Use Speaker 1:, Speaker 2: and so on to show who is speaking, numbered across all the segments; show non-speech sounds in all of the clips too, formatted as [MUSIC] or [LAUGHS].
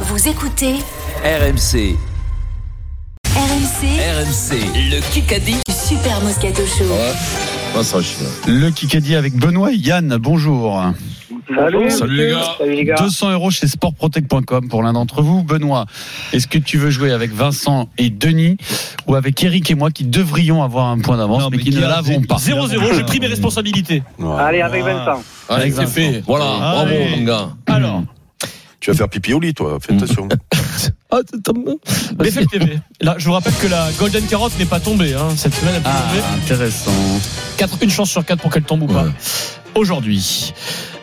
Speaker 1: Vous écoutez
Speaker 2: RMC,
Speaker 1: RMC
Speaker 2: RMC, le Kikadi.
Speaker 1: Super Moscato Show.
Speaker 3: Le Kikadi avec Benoît et Yann, bonjour.
Speaker 4: Ah.
Speaker 5: Salut,
Speaker 3: Salut, les gars.
Speaker 5: Salut les gars.
Speaker 3: 200 euros chez sportprotect.com pour l'un d'entre vous. Benoît, est-ce que tu veux jouer avec Vincent et Denis ou avec Eric et moi qui devrions avoir un point d'avance mais, qui ne l'avons pas
Speaker 6: 0-0, j'ai pris mes responsabilités.
Speaker 5: Allez, avec Vincent.
Speaker 3: Allez, c'est fait.
Speaker 7: Voilà,
Speaker 6: Allez.
Speaker 7: bravo mon gars.
Speaker 6: Alors,
Speaker 8: Tu vas faire pipi au lit, toi. Fais attention.
Speaker 3: Ah,
Speaker 7: Bah,
Speaker 6: BFM TV. euh, Là, je vous rappelle que la Golden Carotte n'est pas tombée. hein. Cette semaine, elle peut
Speaker 3: Ah,
Speaker 6: tomber.
Speaker 3: intéressant.
Speaker 6: Quatre- une chance sur quatre pour qu'elle tombe ou pas.
Speaker 7: Ouais.
Speaker 6: Aujourd'hui.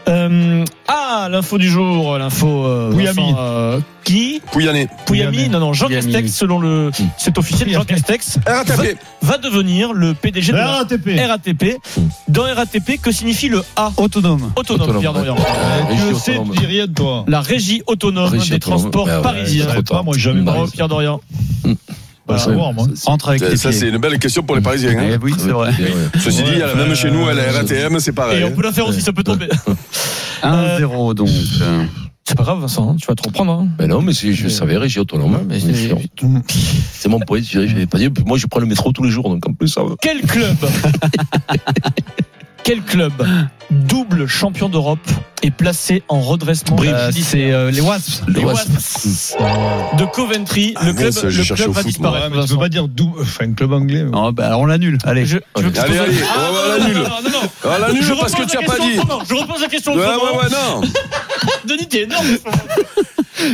Speaker 6: Euh, ah, l'info du jour, l'info. euh,
Speaker 3: Pouyami.
Speaker 6: Vincent, euh, qui
Speaker 8: Pouyanné.
Speaker 6: Pouyami Non, non, Jean
Speaker 3: Pouyami.
Speaker 6: Castex, selon le.
Speaker 7: Hmm.
Speaker 6: C'est officiel, Jean Castex
Speaker 8: RATP.
Speaker 6: va devenir le PDG de la
Speaker 3: RATP.
Speaker 6: RATP. Dans RATP, que signifie le A
Speaker 3: Autonome.
Speaker 6: Autonome,
Speaker 7: Autonome,
Speaker 6: Pierre
Speaker 7: ouais.
Speaker 6: Dorian.
Speaker 7: Régie autonome.
Speaker 6: rien de toi. La régie autonome
Speaker 7: Régie
Speaker 6: des
Speaker 7: autonome.
Speaker 6: transports
Speaker 7: Bah ouais,
Speaker 6: parisiens.
Speaker 7: c'est trop tard.
Speaker 6: moi, jamais. Bravo,
Speaker 7: Bah,
Speaker 6: Pierre Dorian.
Speaker 7: Bah,
Speaker 6: Voilà.
Speaker 7: c'est-
Speaker 3: Entre avec tes
Speaker 8: Ça,
Speaker 3: pieds.
Speaker 8: c'est une belle question pour les Parisiens. hein.
Speaker 3: Eh oui, c'est vrai.
Speaker 7: Ouais, ouais.
Speaker 8: Ceci dit, même chez nous, à la RATM, c'est
Speaker 6: Et
Speaker 8: pareil.
Speaker 6: on peut la faire aussi, ça peut tomber.
Speaker 3: 1-0 donc.
Speaker 6: C'est pas grave, Vincent, hein, tu vas te reprendre. hein.
Speaker 7: Ben non, mais c'est- je savais, régie autonome.
Speaker 6: mais
Speaker 7: Bien
Speaker 6: c'est-
Speaker 7: sûr. C'est mon poète, je n'avais pas dit. Moi, je prends le métro tous les jours, donc en plus, ça va.
Speaker 6: [LAUGHS] Quel club Quel club double champion d'Europe est placé en redressement
Speaker 3: Euh,
Speaker 6: judiciaire
Speaker 3: c'est euh, les Wasps.
Speaker 6: Les
Speaker 7: Le
Speaker 6: Wasps de Coventry,
Speaker 8: Ah,
Speaker 6: le club,
Speaker 8: mince, je
Speaker 6: le
Speaker 8: cherchais
Speaker 6: club
Speaker 8: au
Speaker 6: va
Speaker 8: foot,
Speaker 6: disparaître.
Speaker 4: Je
Speaker 6: Vincent.
Speaker 4: veux pas dire double, enfin, club anglais.
Speaker 3: Oh, bah, alors on l'annule. Allez.
Speaker 6: Je- je veux que tu
Speaker 8: Allez,
Speaker 6: poses-
Speaker 8: allez,
Speaker 6: Ah,
Speaker 8: on va à la
Speaker 6: non,
Speaker 8: nulle.
Speaker 6: non, non, non.
Speaker 8: On va à Oh, la nulle
Speaker 6: Je
Speaker 8: parce que
Speaker 6: repose
Speaker 8: tu
Speaker 6: la
Speaker 8: as pas
Speaker 6: question
Speaker 8: dit.
Speaker 6: autrement, Je repose la question
Speaker 8: Ouais, ouais,
Speaker 6: autrement.
Speaker 8: ouais, non.
Speaker 6: Denis, t'es énorme.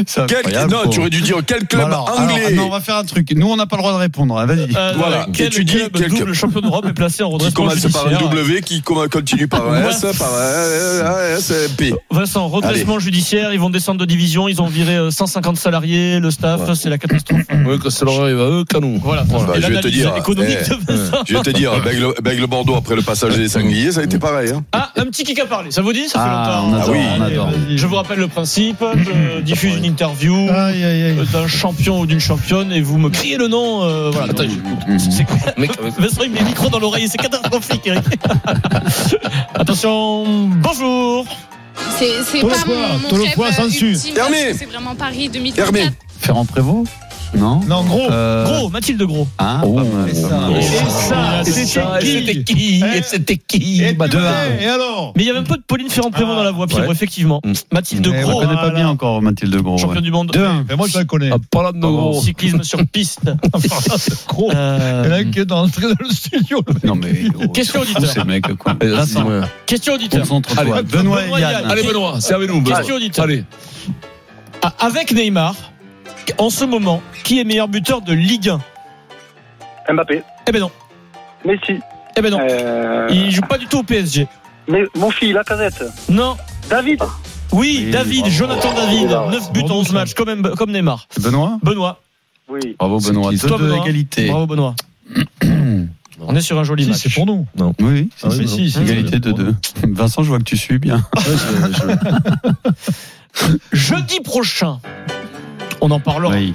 Speaker 3: C'est
Speaker 8: Quel-
Speaker 3: incroyable,
Speaker 8: non,
Speaker 3: quoi.
Speaker 8: tu aurais dû dire quel club
Speaker 3: Alors, alors, ah
Speaker 8: anglais
Speaker 3: non, on va faire un truc. Nous, on n'a pas le droit de répondre. hein. Vas-y.
Speaker 6: Euh,
Speaker 8: [LAUGHS] Voilà.
Speaker 6: Quel
Speaker 8: Et tu dis
Speaker 6: club
Speaker 8: quel
Speaker 6: double
Speaker 8: club
Speaker 6: champion d'Europe est placé en
Speaker 8: qui
Speaker 6: redressement
Speaker 8: commence par un
Speaker 6: judiciaire
Speaker 8: W, qui com- continue par un S,
Speaker 6: Ouais.
Speaker 8: par un S, un P.
Speaker 6: Vincent, redressement judiciaire, ils vont descendre de division, ils ont viré euh, 150 salariés, le staff,
Speaker 7: Ouais.
Speaker 6: c'est la catastrophe.
Speaker 7: Ouais, que c'est leur arrive euh, à eux, qu'à nous.
Speaker 6: Voilà, Et
Speaker 8: Bah, je vais te
Speaker 6: l'analyse
Speaker 8: dire,
Speaker 6: économique
Speaker 8: eh,
Speaker 6: de Vincent.
Speaker 8: Je vais te dire, Bègle Bordeaux, après le passage des sangliers, ça a été pareil. hein.
Speaker 6: [LAUGHS] Ah, un petit kick à parler, ça vous dit Ça fait
Speaker 3: Ah, on
Speaker 6: longtemps. hein. euh,
Speaker 3: adore,
Speaker 8: Ah oui.
Speaker 3: on adore.
Speaker 6: Je vous rappelle le principe, [COUGHS] je diffuse une interview
Speaker 4: Aïe, aïe, aïe.
Speaker 6: d'un champion ou d'une championne et vous me criez le nom. euh, voilà.
Speaker 7: Attends,
Speaker 6: Donc,
Speaker 3: Mhm.
Speaker 6: c'est quoi
Speaker 7: Mec,
Speaker 6: Vincent, il met le micro dans l'oreille, c'est catastrophique, Eric. [LAUGHS] Attention, bonjour
Speaker 9: C'est c'est
Speaker 4: Tolo
Speaker 9: pas
Speaker 4: Poir,
Speaker 9: mon, mon
Speaker 4: Tolo
Speaker 9: rêve,
Speaker 4: Poir,
Speaker 9: euh,
Speaker 4: sans dessus.
Speaker 9: ultime, parce
Speaker 8: Hermé.
Speaker 9: que C'est vraiment Paris
Speaker 8: Hermé.
Speaker 9: 2024.
Speaker 3: Ferrand Prévost Non
Speaker 4: Non, gros.
Speaker 3: Euh,
Speaker 6: Gros, Mathilde Gros.
Speaker 3: Ah, pas mal.
Speaker 4: Et ça,
Speaker 6: Et ça,
Speaker 4: c'était qui
Speaker 6: qui
Speaker 4: Eh.
Speaker 6: Et c'était qui
Speaker 4: Et, tu
Speaker 3: bah, deux,
Speaker 4: connais, et alors
Speaker 6: Mais il y a même pas de Pauline Ferrand-Prévot
Speaker 4: Ah,
Speaker 6: dans la voix, Pierre,
Speaker 7: ouais.
Speaker 6: effectivement.
Speaker 7: Mm.
Speaker 6: Mathilde
Speaker 4: Eh,
Speaker 3: Mais on
Speaker 6: Gros,
Speaker 3: ne connaît pas
Speaker 6: voilà,
Speaker 3: bien encore Mathilde Gros.
Speaker 6: champion
Speaker 3: ouais.
Speaker 6: du monde.
Speaker 3: Deux, un.
Speaker 4: Mais Eh, moi, je la
Speaker 3: eh.
Speaker 4: connais.
Speaker 7: ah, pas là de gros.
Speaker 6: Cyclisme sur piste.
Speaker 4: [LAUGHS] Gros.
Speaker 6: Euh,
Speaker 4: Il y
Speaker 3: bah,
Speaker 4: en a un qui est dans l'entrée dans le studio.
Speaker 3: Non mais.
Speaker 4: [LAUGHS]
Speaker 6: Question
Speaker 3: Tous
Speaker 6: auditeur.
Speaker 3: ces mecs quoi.
Speaker 7: Eh,
Speaker 3: Euh, Vincent,
Speaker 7: ouais.
Speaker 6: Question auditeur.
Speaker 3: concentre-toi.
Speaker 7: Allez.
Speaker 3: Benoît et
Speaker 6: Benoît et
Speaker 3: Yann.
Speaker 6: Yann.
Speaker 7: Allez, Benoît, c'est avec nous.
Speaker 4: bah,
Speaker 7: Benoît.
Speaker 6: Question auditeur.
Speaker 7: Allez,
Speaker 6: Ah, Avec Neymar, en ce moment, qui est meilleur buteur de Ligue 1
Speaker 5: Mbappé.
Speaker 6: Eh ben non.
Speaker 5: Messi.
Speaker 6: Eh ben non.
Speaker 5: Euh,
Speaker 6: Il joue pas du tout au PSG.
Speaker 5: mais mon fils, la casette.
Speaker 6: Non.
Speaker 5: David.
Speaker 6: Oui,
Speaker 3: Oui,
Speaker 6: David,
Speaker 3: bravo.
Speaker 6: Jonathan David,
Speaker 5: Bravo.
Speaker 6: 9 buts en 11 matchs, comme, Mb- comme Neymar.
Speaker 3: Benoît.
Speaker 6: Benoît,
Speaker 5: Oui.
Speaker 3: Bravo Benoît.
Speaker 6: toi,
Speaker 3: Deux de
Speaker 6: Benoît.
Speaker 3: égalité.
Speaker 4: [COUGHS]
Speaker 6: bravo Benoît. On est sur un joli
Speaker 4: Si,
Speaker 6: match.
Speaker 4: c'est pour nous.
Speaker 3: Oui.
Speaker 4: Ah oui,
Speaker 3: c'est-
Speaker 4: mais si,
Speaker 3: c'est Égalité de deux. [LAUGHS] Vincent, je vois que tu suis bien.
Speaker 6: Jeudi prochain, on en parlera.
Speaker 3: Oui.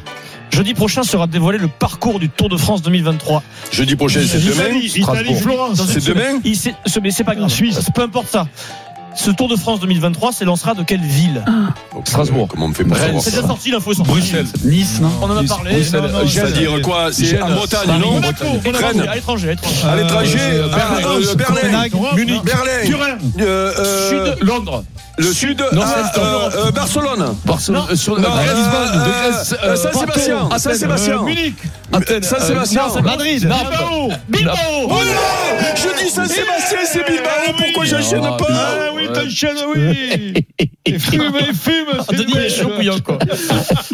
Speaker 6: Jeudi prochain sera dévoilé le parcours du Tour de France 2023.
Speaker 8: Jeudi prochain, c'est demain.
Speaker 4: Italie, Florence.
Speaker 6: Dans une
Speaker 8: C'est
Speaker 6: semaine.
Speaker 8: demain
Speaker 6: Il s'est- ce- Mais c'est pas grave. Suisse. Peu importe ça. Ce Tour de France 2023 s'élancera de quelle ville
Speaker 7: Strasbourg.
Speaker 8: Comment on me fait pour
Speaker 7: Rennes.
Speaker 8: savoir
Speaker 6: C'est
Speaker 8: ça
Speaker 6: déjà sorti l'info sans
Speaker 7: Bruxelles.
Speaker 3: Nice, non
Speaker 6: On en a parlé.
Speaker 7: Bruxelles,
Speaker 6: Non, non,
Speaker 7: euh,
Speaker 6: Gênes.
Speaker 8: C'est-à-dire quoi C'est
Speaker 7: Gênes,
Speaker 8: en Bretagne,
Speaker 7: Paris,
Speaker 8: non
Speaker 6: Monaco, on a
Speaker 8: Rennes.
Speaker 6: parlé, À l'étranger, à l'étranger.
Speaker 8: À l'étranger,
Speaker 7: Euh,
Speaker 8: Berlin,
Speaker 7: Berlin,
Speaker 8: Berlin,
Speaker 4: Munich.
Speaker 8: Berlin,
Speaker 4: Turin.
Speaker 8: euh, euh,
Speaker 6: Sud.
Speaker 7: Londres.
Speaker 8: le sud,
Speaker 7: Non,
Speaker 8: ah,
Speaker 7: c'est en
Speaker 8: euh,
Speaker 7: Europe.
Speaker 8: euh, Barcelone,
Speaker 7: Barcelone. euh, sur-
Speaker 8: Non,
Speaker 7: euh,
Speaker 8: euh,
Speaker 7: Lisbonne, de Grèce,
Speaker 8: euh,
Speaker 7: euh,
Speaker 8: Saint-Sébastien,
Speaker 7: Porto,
Speaker 8: Saint-Sébastien.
Speaker 7: Athènes, euh,
Speaker 4: Munich.
Speaker 7: Athènes, euh,
Speaker 8: Saint-Sébastien.
Speaker 7: non, c'est Madrid.
Speaker 4: Bilbao.
Speaker 6: Bilbao
Speaker 8: Oh non Je dis Saint-Sébastien, c'est Bilbao, pourquoi j'enchaîne
Speaker 7: Ah,
Speaker 8: pas
Speaker 4: Ah oui,
Speaker 6: Oh,
Speaker 4: t'enchaînes, oui. Et fume, et fume. c'est
Speaker 6: Denis est
Speaker 4: belge.
Speaker 6: chaud bouillant, quoi.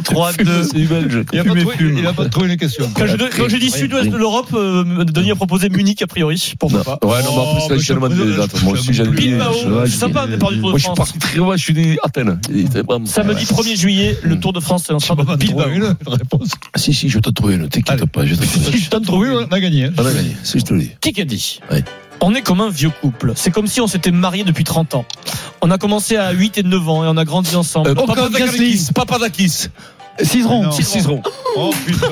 Speaker 3: 3-2. C'est belge.
Speaker 4: Il a pas trouvé- il a pas trouvé les questions.
Speaker 6: Quand je, quand je dis sud-ouest de l'Europe, euh, Denis a proposé Munich a priori. Pourquoi pas
Speaker 7: Ouais, non, mais en
Speaker 4: Oh,
Speaker 7: plus, là,
Speaker 4: mais
Speaker 7: je suis
Speaker 4: je-
Speaker 7: allemand des dates. Moi aussi, j'ai le
Speaker 6: Bilbao, c'est sympa de départ du Tour
Speaker 7: Moi,
Speaker 6: de
Speaker 7: je suis
Speaker 6: France.
Speaker 7: parti très loin, je suis né à Athènes. Et c'était pas-
Speaker 6: Samedi 1er juillet, le Tour de France s'élancera de Bilbao.
Speaker 4: Trouver
Speaker 6: [LAUGHS]
Speaker 4: une réponse.
Speaker 7: Ah, Si, si, je vais te trouver, ne t'inquiète
Speaker 4: Allez.
Speaker 7: pas, je vais te
Speaker 4: Si
Speaker 7: trouver.
Speaker 4: je t'en trouve une, on a gagné.
Speaker 7: On a gagné, si je te le dis.
Speaker 6: Qui qu'a dit
Speaker 7: Ouais.
Speaker 6: On est comme un vieux couple. C'est comme si on s'était marié depuis 30 ans. On a commencé à 8 et 9 ans et on a grandi ensemble.
Speaker 7: Euh,
Speaker 6: Papadakis.
Speaker 7: Papadakis, Papadakis.
Speaker 3: Cizeron.
Speaker 4: Non.
Speaker 7: Cizeron.
Speaker 4: Oh putain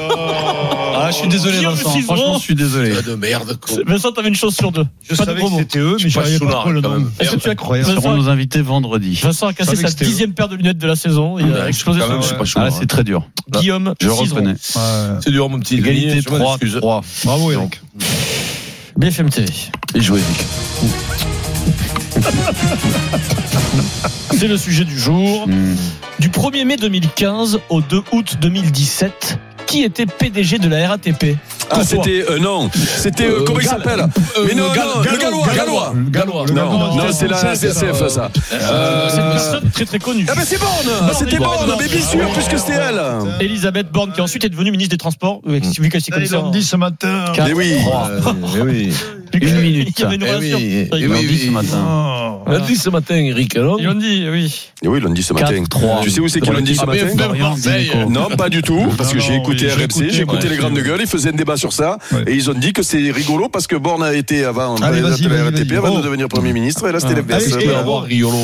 Speaker 3: Ah, je suis désolé,
Speaker 6: Guillaume
Speaker 3: Vincent.
Speaker 6: Cizeron.
Speaker 3: Franchement, je suis désolé.
Speaker 7: de merde, quoi.
Speaker 6: Vincent, t'avais une chose sur deux.
Speaker 4: Je
Speaker 6: pas de
Speaker 4: savais
Speaker 6: gros
Speaker 4: que
Speaker 6: mots.
Speaker 4: c'était eux, mais
Speaker 7: suis pas
Speaker 4: j'arrivais pas à
Speaker 7: soulard,
Speaker 4: trouver le
Speaker 7: quand
Speaker 4: nom.
Speaker 7: même.
Speaker 4: Est-ce que tu as
Speaker 3: Ils
Speaker 4: croyé
Speaker 3: seront nos invités vendredi.
Speaker 6: Vincent a
Speaker 4: Je
Speaker 6: cassé
Speaker 4: savais que
Speaker 6: sa
Speaker 4: c'était eux.
Speaker 6: dixième paire de lunettes de la saison. Il a explosé
Speaker 8: quand
Speaker 6: son
Speaker 8: même,
Speaker 4: ouais.
Speaker 7: Je suis pas chaud.
Speaker 3: Ah là,
Speaker 7: hein.
Speaker 3: c'est très dur.
Speaker 6: Guillaume
Speaker 3: Je
Speaker 6: Cizeron.
Speaker 3: reconnais.
Speaker 4: Ouais.
Speaker 7: C'est dur, mon petit.
Speaker 3: Égalité
Speaker 7: Denis, je m'en
Speaker 3: 3.
Speaker 7: excuse.
Speaker 3: 3.
Speaker 4: Bravo Eric.
Speaker 6: BFM TV.
Speaker 7: Et jouer, Eric.
Speaker 6: C'est le sujet du jour.
Speaker 3: Hmm.
Speaker 6: Du 1er mai 2015 au 2 août 2017, qui était PDG de la RATP
Speaker 8: Ah, c'était. euh, non. C'était. euh,
Speaker 7: Euh,
Speaker 8: comment il
Speaker 7: Gall.
Speaker 8: s'appelle Mais non, non, le Gallois, Gallois.
Speaker 7: Gallois.
Speaker 8: Non, non, c'est la CSF, ça. Euh,
Speaker 6: Cette personne très très connue.
Speaker 8: Ah, mais c'est Borne C'était
Speaker 4: Oh,
Speaker 6: Borne.
Speaker 8: Borne, mais bien sûr, puisque c'était elle
Speaker 6: Elisabeth Borne, qui ensuite est devenue ministre des Transports, euh, vu que c'est comme
Speaker 4: Allez,
Speaker 6: ça.
Speaker 4: lundi ce matin.
Speaker 8: Mais oui
Speaker 7: Eh oui.
Speaker 6: Vu que-
Speaker 3: Une minute.
Speaker 6: Il y avait une
Speaker 7: Eh
Speaker 6: relation.
Speaker 7: oui,
Speaker 6: Ça,
Speaker 7: eh
Speaker 6: il
Speaker 7: oui,
Speaker 6: l'a dit.
Speaker 7: oui.
Speaker 3: ce matin.
Speaker 4: Oh.
Speaker 6: Voilà.
Speaker 7: Lundi ce matin, Eric, alors
Speaker 6: Ils l'ont dit, oui.
Speaker 8: Et Eh oui, lundi ce matin.
Speaker 3: 4-3.
Speaker 8: Tu sais où c'est qu'il
Speaker 7: Ah
Speaker 8: lundi ce
Speaker 7: ben,
Speaker 8: matin
Speaker 3: Lorient, Dimeco.
Speaker 8: Non, pas du tout, parce que
Speaker 4: Non,
Speaker 8: j'ai
Speaker 4: non, oui,
Speaker 8: écouté
Speaker 4: j'ai
Speaker 8: RMC, j'ai
Speaker 4: écouté,
Speaker 8: écouté
Speaker 4: ouais.
Speaker 8: les grandes de gueule, ils faisaient un débat sur ça,
Speaker 4: Ouais.
Speaker 8: et ils ont dit que c'est rigolo parce que Borne a été avant
Speaker 4: Allez, vas-y,
Speaker 8: de la
Speaker 4: vas-y,
Speaker 8: RATP,
Speaker 4: vas-y.
Speaker 8: avant de
Speaker 4: Oh.
Speaker 8: devenir Premier ministre, et là c'était
Speaker 4: Ah.
Speaker 8: l'FBS.
Speaker 4: Allez,
Speaker 7: Tu peux
Speaker 4: et-
Speaker 7: avoir Riolo.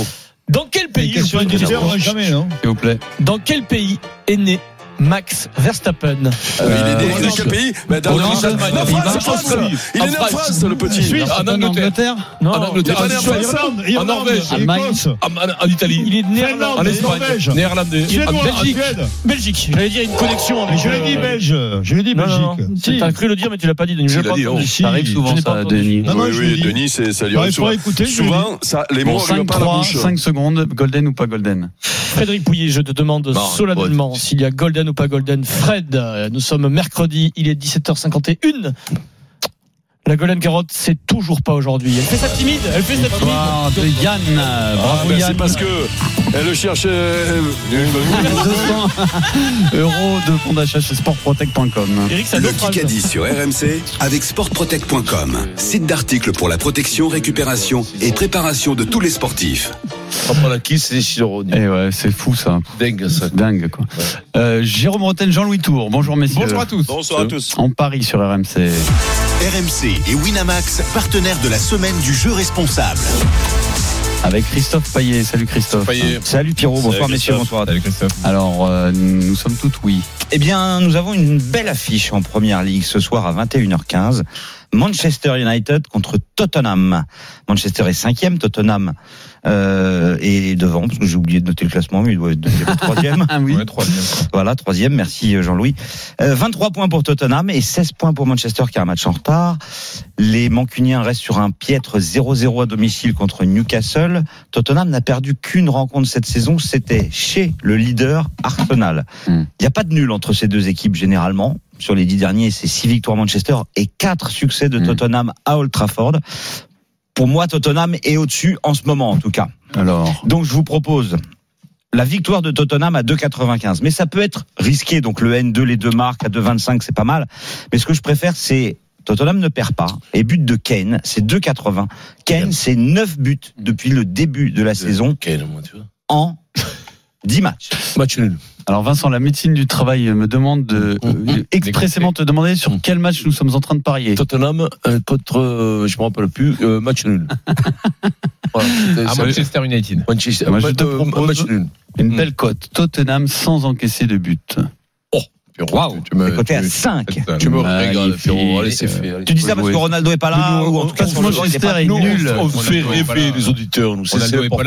Speaker 6: Dans quel
Speaker 4: Une
Speaker 6: pays
Speaker 4: question
Speaker 6: Johan
Speaker 4: auditeur,
Speaker 6: Roche,
Speaker 4: jamais, non
Speaker 3: S'il vous plaît.
Speaker 6: Dans quel pays est né Max Verstappen
Speaker 8: Euh, Il est né dans
Speaker 7: Hollande.
Speaker 8: quel pays Ben, dans-
Speaker 7: Hollande,
Speaker 8: dans-
Speaker 7: Allemagne,
Speaker 8: Non,
Speaker 7: Pays-Bas,
Speaker 8: France, France Il est né en France, le petit
Speaker 4: Suisse.
Speaker 7: En Angleterre.
Speaker 6: Non.
Speaker 7: En Angleterre.
Speaker 8: Ah, Il est pas né en
Speaker 7: Suisse.
Speaker 8: France.
Speaker 4: Irlande, Irlande,
Speaker 7: Norvège.
Speaker 3: Allemagne.
Speaker 4: Écosse,
Speaker 7: En en Italie.
Speaker 6: Il est
Speaker 4: Finlande,
Speaker 7: En
Speaker 6: néerlandais.
Speaker 7: Espagne.
Speaker 4: Norvège.
Speaker 7: Néerlandais.
Speaker 4: Suédois,
Speaker 7: En Belgique.
Speaker 4: Suède.
Speaker 6: Belgique. J'allais dire une connexion
Speaker 4: Mais
Speaker 6: avec.
Speaker 4: je l'ai dit
Speaker 6: euh,
Speaker 4: belge. Je l'ai dit
Speaker 6: Non,
Speaker 4: belgique.
Speaker 6: non, non.
Speaker 4: Si.
Speaker 6: T'as cru le dire, mais tu l'as pas dit, Denis.
Speaker 7: Si, il
Speaker 6: Je
Speaker 7: a
Speaker 6: l'ai pas
Speaker 7: dit,
Speaker 6: entendu.
Speaker 7: oh.
Speaker 3: Ça arrive
Speaker 6: Je
Speaker 3: souvent,
Speaker 6: n'ai pas
Speaker 3: ça,
Speaker 6: entendu.
Speaker 3: Denis.
Speaker 4: Non, non,
Speaker 8: Oui,
Speaker 4: je l'ai
Speaker 8: oui,
Speaker 4: dit.
Speaker 8: Denis, c'est- ça lui
Speaker 4: J'aurais
Speaker 8: arrive souvent.
Speaker 4: pas écouté, je l'ai
Speaker 8: Souvent, ça, les
Speaker 3: Bon,
Speaker 8: mots n'arrivent pas à la
Speaker 3: 5-3,
Speaker 8: bouche.
Speaker 3: 5 secondes, golden ou pas golden
Speaker 6: Frédéric Pouillet, je te demande
Speaker 7: Bon,
Speaker 6: solennellement
Speaker 7: bon.
Speaker 6: s'il y a golden ou pas golden. Fred, euh, nous sommes mercredi, il est 17h51. La golden carotte, c'est toujours pas aujourd'hui. Elle fait sa timide, elle fait sa timide.
Speaker 3: Victoire de Yann,
Speaker 8: Ah,
Speaker 3: bravo
Speaker 8: ben,
Speaker 3: Yann.
Speaker 8: c'est parce que elle cherche. euh, euh,
Speaker 3: 200
Speaker 8: [LAUGHS]
Speaker 3: euros de fonds d'achat chez sportprotect.com.
Speaker 6: Eric, ça
Speaker 10: Le
Speaker 6: naufrage.
Speaker 10: Kikadi sur RMC avec sportprotect.com, site d'articles pour la protection, récupération et préparation de tous les sportifs.
Speaker 7: Papa la kiss, c'est Chiron.
Speaker 3: Et Eh ouais, c'est fou ça,
Speaker 7: Dingue, ça.
Speaker 3: c'est dingue quoi. Euh, Jérôme Roten, Jean-Louis Tour, bonjour messieurs.
Speaker 4: Bonsoir à tous.
Speaker 8: Bonsoir à tous.
Speaker 3: En Paris sur RMC.
Speaker 10: RMC et Winamax, partenaires de la semaine du jeu responsable.
Speaker 3: Avec Christophe Paillet. Salut Christophe.
Speaker 7: Payé.
Speaker 11: Salut Pierrot, bonsoir
Speaker 8: Salut,
Speaker 11: messieurs,
Speaker 8: Christophe.
Speaker 11: bonsoir. à tous.
Speaker 3: Alors, euh,
Speaker 8: [LAUGHS]
Speaker 3: nous sommes toutes oui.
Speaker 11: Eh bien, nous avons une belle affiche en première ligue ce soir à 21h15. Manchester United contre Tottenham. Manchester est cinquième, Tottenham euh, est devant, parce que j'ai oublié de noter le classement, mais il doit être deuxième ou troisième.
Speaker 3: Ah oui.
Speaker 11: Voilà, troisième, merci euh, Jean-Louis. [LAUGHS] Euh, 23 points pour Tottenham et 16 points pour Manchester qui a un match en retard. Les Mancuniens restent sur un piètre 0-0 à domicile contre Newcastle. Tottenham n'a perdu qu'une rencontre cette saison, c'était chez le leader Arsenal. Il
Speaker 3: Mm.
Speaker 11: n'y a pas de nul entre ces deux équipes généralement. Sur les dix derniers, c'est six victoires Manchester et quatre succès de
Speaker 3: Mm.
Speaker 11: Tottenham à Old Trafford. Pour moi, Tottenham est au-dessus en ce moment en tout cas.
Speaker 3: Alors,
Speaker 11: Donc je vous propose la victoire de Tottenham à 2,95. Mais ça peut être risqué. Donc le N2, les deux marques à 2,25, c'est pas mal. Mais ce que je préfère, c'est Tottenham ne perd pas. Et but de Kane, c'est 2,80. Kane, c'est 9 buts depuis le début de la saison
Speaker 7: Quel, moi, tu vois.
Speaker 11: en 10 matchs.
Speaker 7: Match nul.
Speaker 3: alors Vincent, la médecine du travail me demande de euh, expressément te demander sur
Speaker 7: Mm.
Speaker 3: quel match nous sommes en train de parier.
Speaker 7: Tottenham euh, contre, euh, je me rappelle plus, euh, match [LAUGHS] nul. voilà, à Manchester United. Manchester,
Speaker 3: Moi, je te
Speaker 7: euh,
Speaker 3: propose-
Speaker 7: match nul.
Speaker 3: Une
Speaker 7: Mm.
Speaker 3: belle cote. Tottenham sans encaisser de but.
Speaker 7: Waouh, tu
Speaker 11: C'est
Speaker 7: me,
Speaker 11: coté à
Speaker 7: tu,
Speaker 11: 5.
Speaker 7: tu me
Speaker 3: Magnifique.
Speaker 7: régales, Pierrot. Allez, c'est fait. allez.
Speaker 11: Tu dis ça parce que Ronaldo est pas là
Speaker 7: Mais nous,
Speaker 11: ou
Speaker 7: on-
Speaker 11: en tout cas
Speaker 7: on-
Speaker 11: sur
Speaker 7: on-
Speaker 11: le banc, il est pas-
Speaker 3: Manchester est
Speaker 7: Nous,
Speaker 3: nul.
Speaker 7: On fait
Speaker 4: Ronaldo est pas là.
Speaker 7: rêver les auditeurs, nous. c'est- c'est important.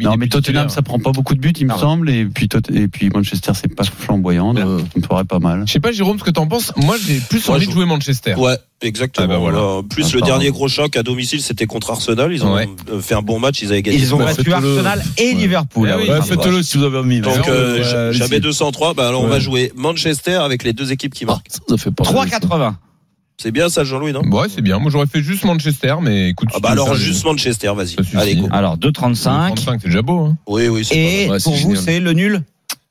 Speaker 3: Non, mais Tottenham, ça prend pas beaucoup de buts, il me
Speaker 7: Ah ouais.
Speaker 3: semble. Et puis, Tot- et puis Manchester, c'est pas flamboyant. donc
Speaker 7: Euh.
Speaker 3: ça me paraît pas mal.
Speaker 4: Je sais pas, Jérôme, ce que t'en penses. Moi, j'ai plus
Speaker 8: Moi, envie je- de
Speaker 4: jouer Manchester.
Speaker 12: Ouais, exactement.
Speaker 7: bah,
Speaker 4: Ah ben voilà.
Speaker 12: En Euh, plus,
Speaker 3: Ah,
Speaker 12: le
Speaker 3: pardon.
Speaker 12: dernier gros choc à domicile, c'était contre Arsenal. Ils ont
Speaker 4: Ouais.
Speaker 12: euh, fait un bon match, ils avaient gagné.
Speaker 11: Ils ont
Speaker 7: Bah,
Speaker 11: battu
Speaker 7: faites-le.
Speaker 11: Arsenal et Liverpool.
Speaker 4: Ah
Speaker 11: Ah
Speaker 4: oui.
Speaker 11: oui.
Speaker 7: Ouais, faites-le si vous avez envie.
Speaker 12: Donc,
Speaker 4: Alors,
Speaker 12: euh,
Speaker 4: euh,
Speaker 12: j-
Speaker 4: allez-y.
Speaker 12: j'avais 203. Bah, alors, on
Speaker 7: Ouais.
Speaker 12: va jouer Manchester avec les deux équipes qui
Speaker 7: [LAUGHS] Ah,
Speaker 12: marquent.
Speaker 7: ça fait pas
Speaker 11: 3,80.
Speaker 12: C'est bien ça, Jean-Louis, non
Speaker 4: Ouais, c'est bien. Moi, j'aurais fait juste Manchester, mais écoute.
Speaker 12: Ah, bah, alors, juste Manchester, vas-y.
Speaker 4: Ça suffit.
Speaker 12: Allez, go.
Speaker 11: Alors 2,35.
Speaker 4: c'est déjà beau. hein.
Speaker 12: Oui, oui, c'est
Speaker 11: Et
Speaker 7: pas mal, c'est
Speaker 11: pour vous,
Speaker 7: génial.
Speaker 11: c'est le nul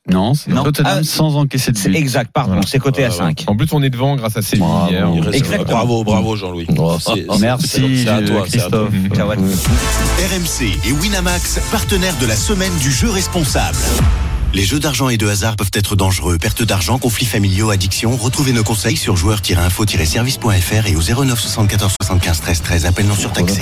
Speaker 3: Non, c'est
Speaker 11: Non.
Speaker 3: Tottenham
Speaker 11: Ah,
Speaker 3: sans encaisser de
Speaker 11: C'est
Speaker 3: but.
Speaker 11: exact, pardon,
Speaker 4: Voilà.
Speaker 11: c'est coté à
Speaker 12: Ouais,
Speaker 11: 5.
Speaker 4: En plus, on est devant grâce à Séville
Speaker 3: Bravo.
Speaker 4: hier.
Speaker 12: Il reste-
Speaker 11: Exactement.
Speaker 12: Bravo, bravo, Jean-Louis.
Speaker 7: [LAUGHS] Oh,
Speaker 12: C'est-
Speaker 7: oh,
Speaker 12: c'est-
Speaker 3: Merci,
Speaker 12: c'est à
Speaker 3: euh,
Speaker 12: toi, c'est à toi.
Speaker 3: Christophe.
Speaker 11: Ciao, ouais.
Speaker 10: RMC et Winamax, partenaires de la semaine du jeu responsable. Les jeux d'argent et de hasard peuvent être dangereux. Perte d'argent, conflits familiaux, addiction. Retrouvez nos conseils sur joueurs-info-service.fr et au 09 74 75 13 13. Appel non surtaxé.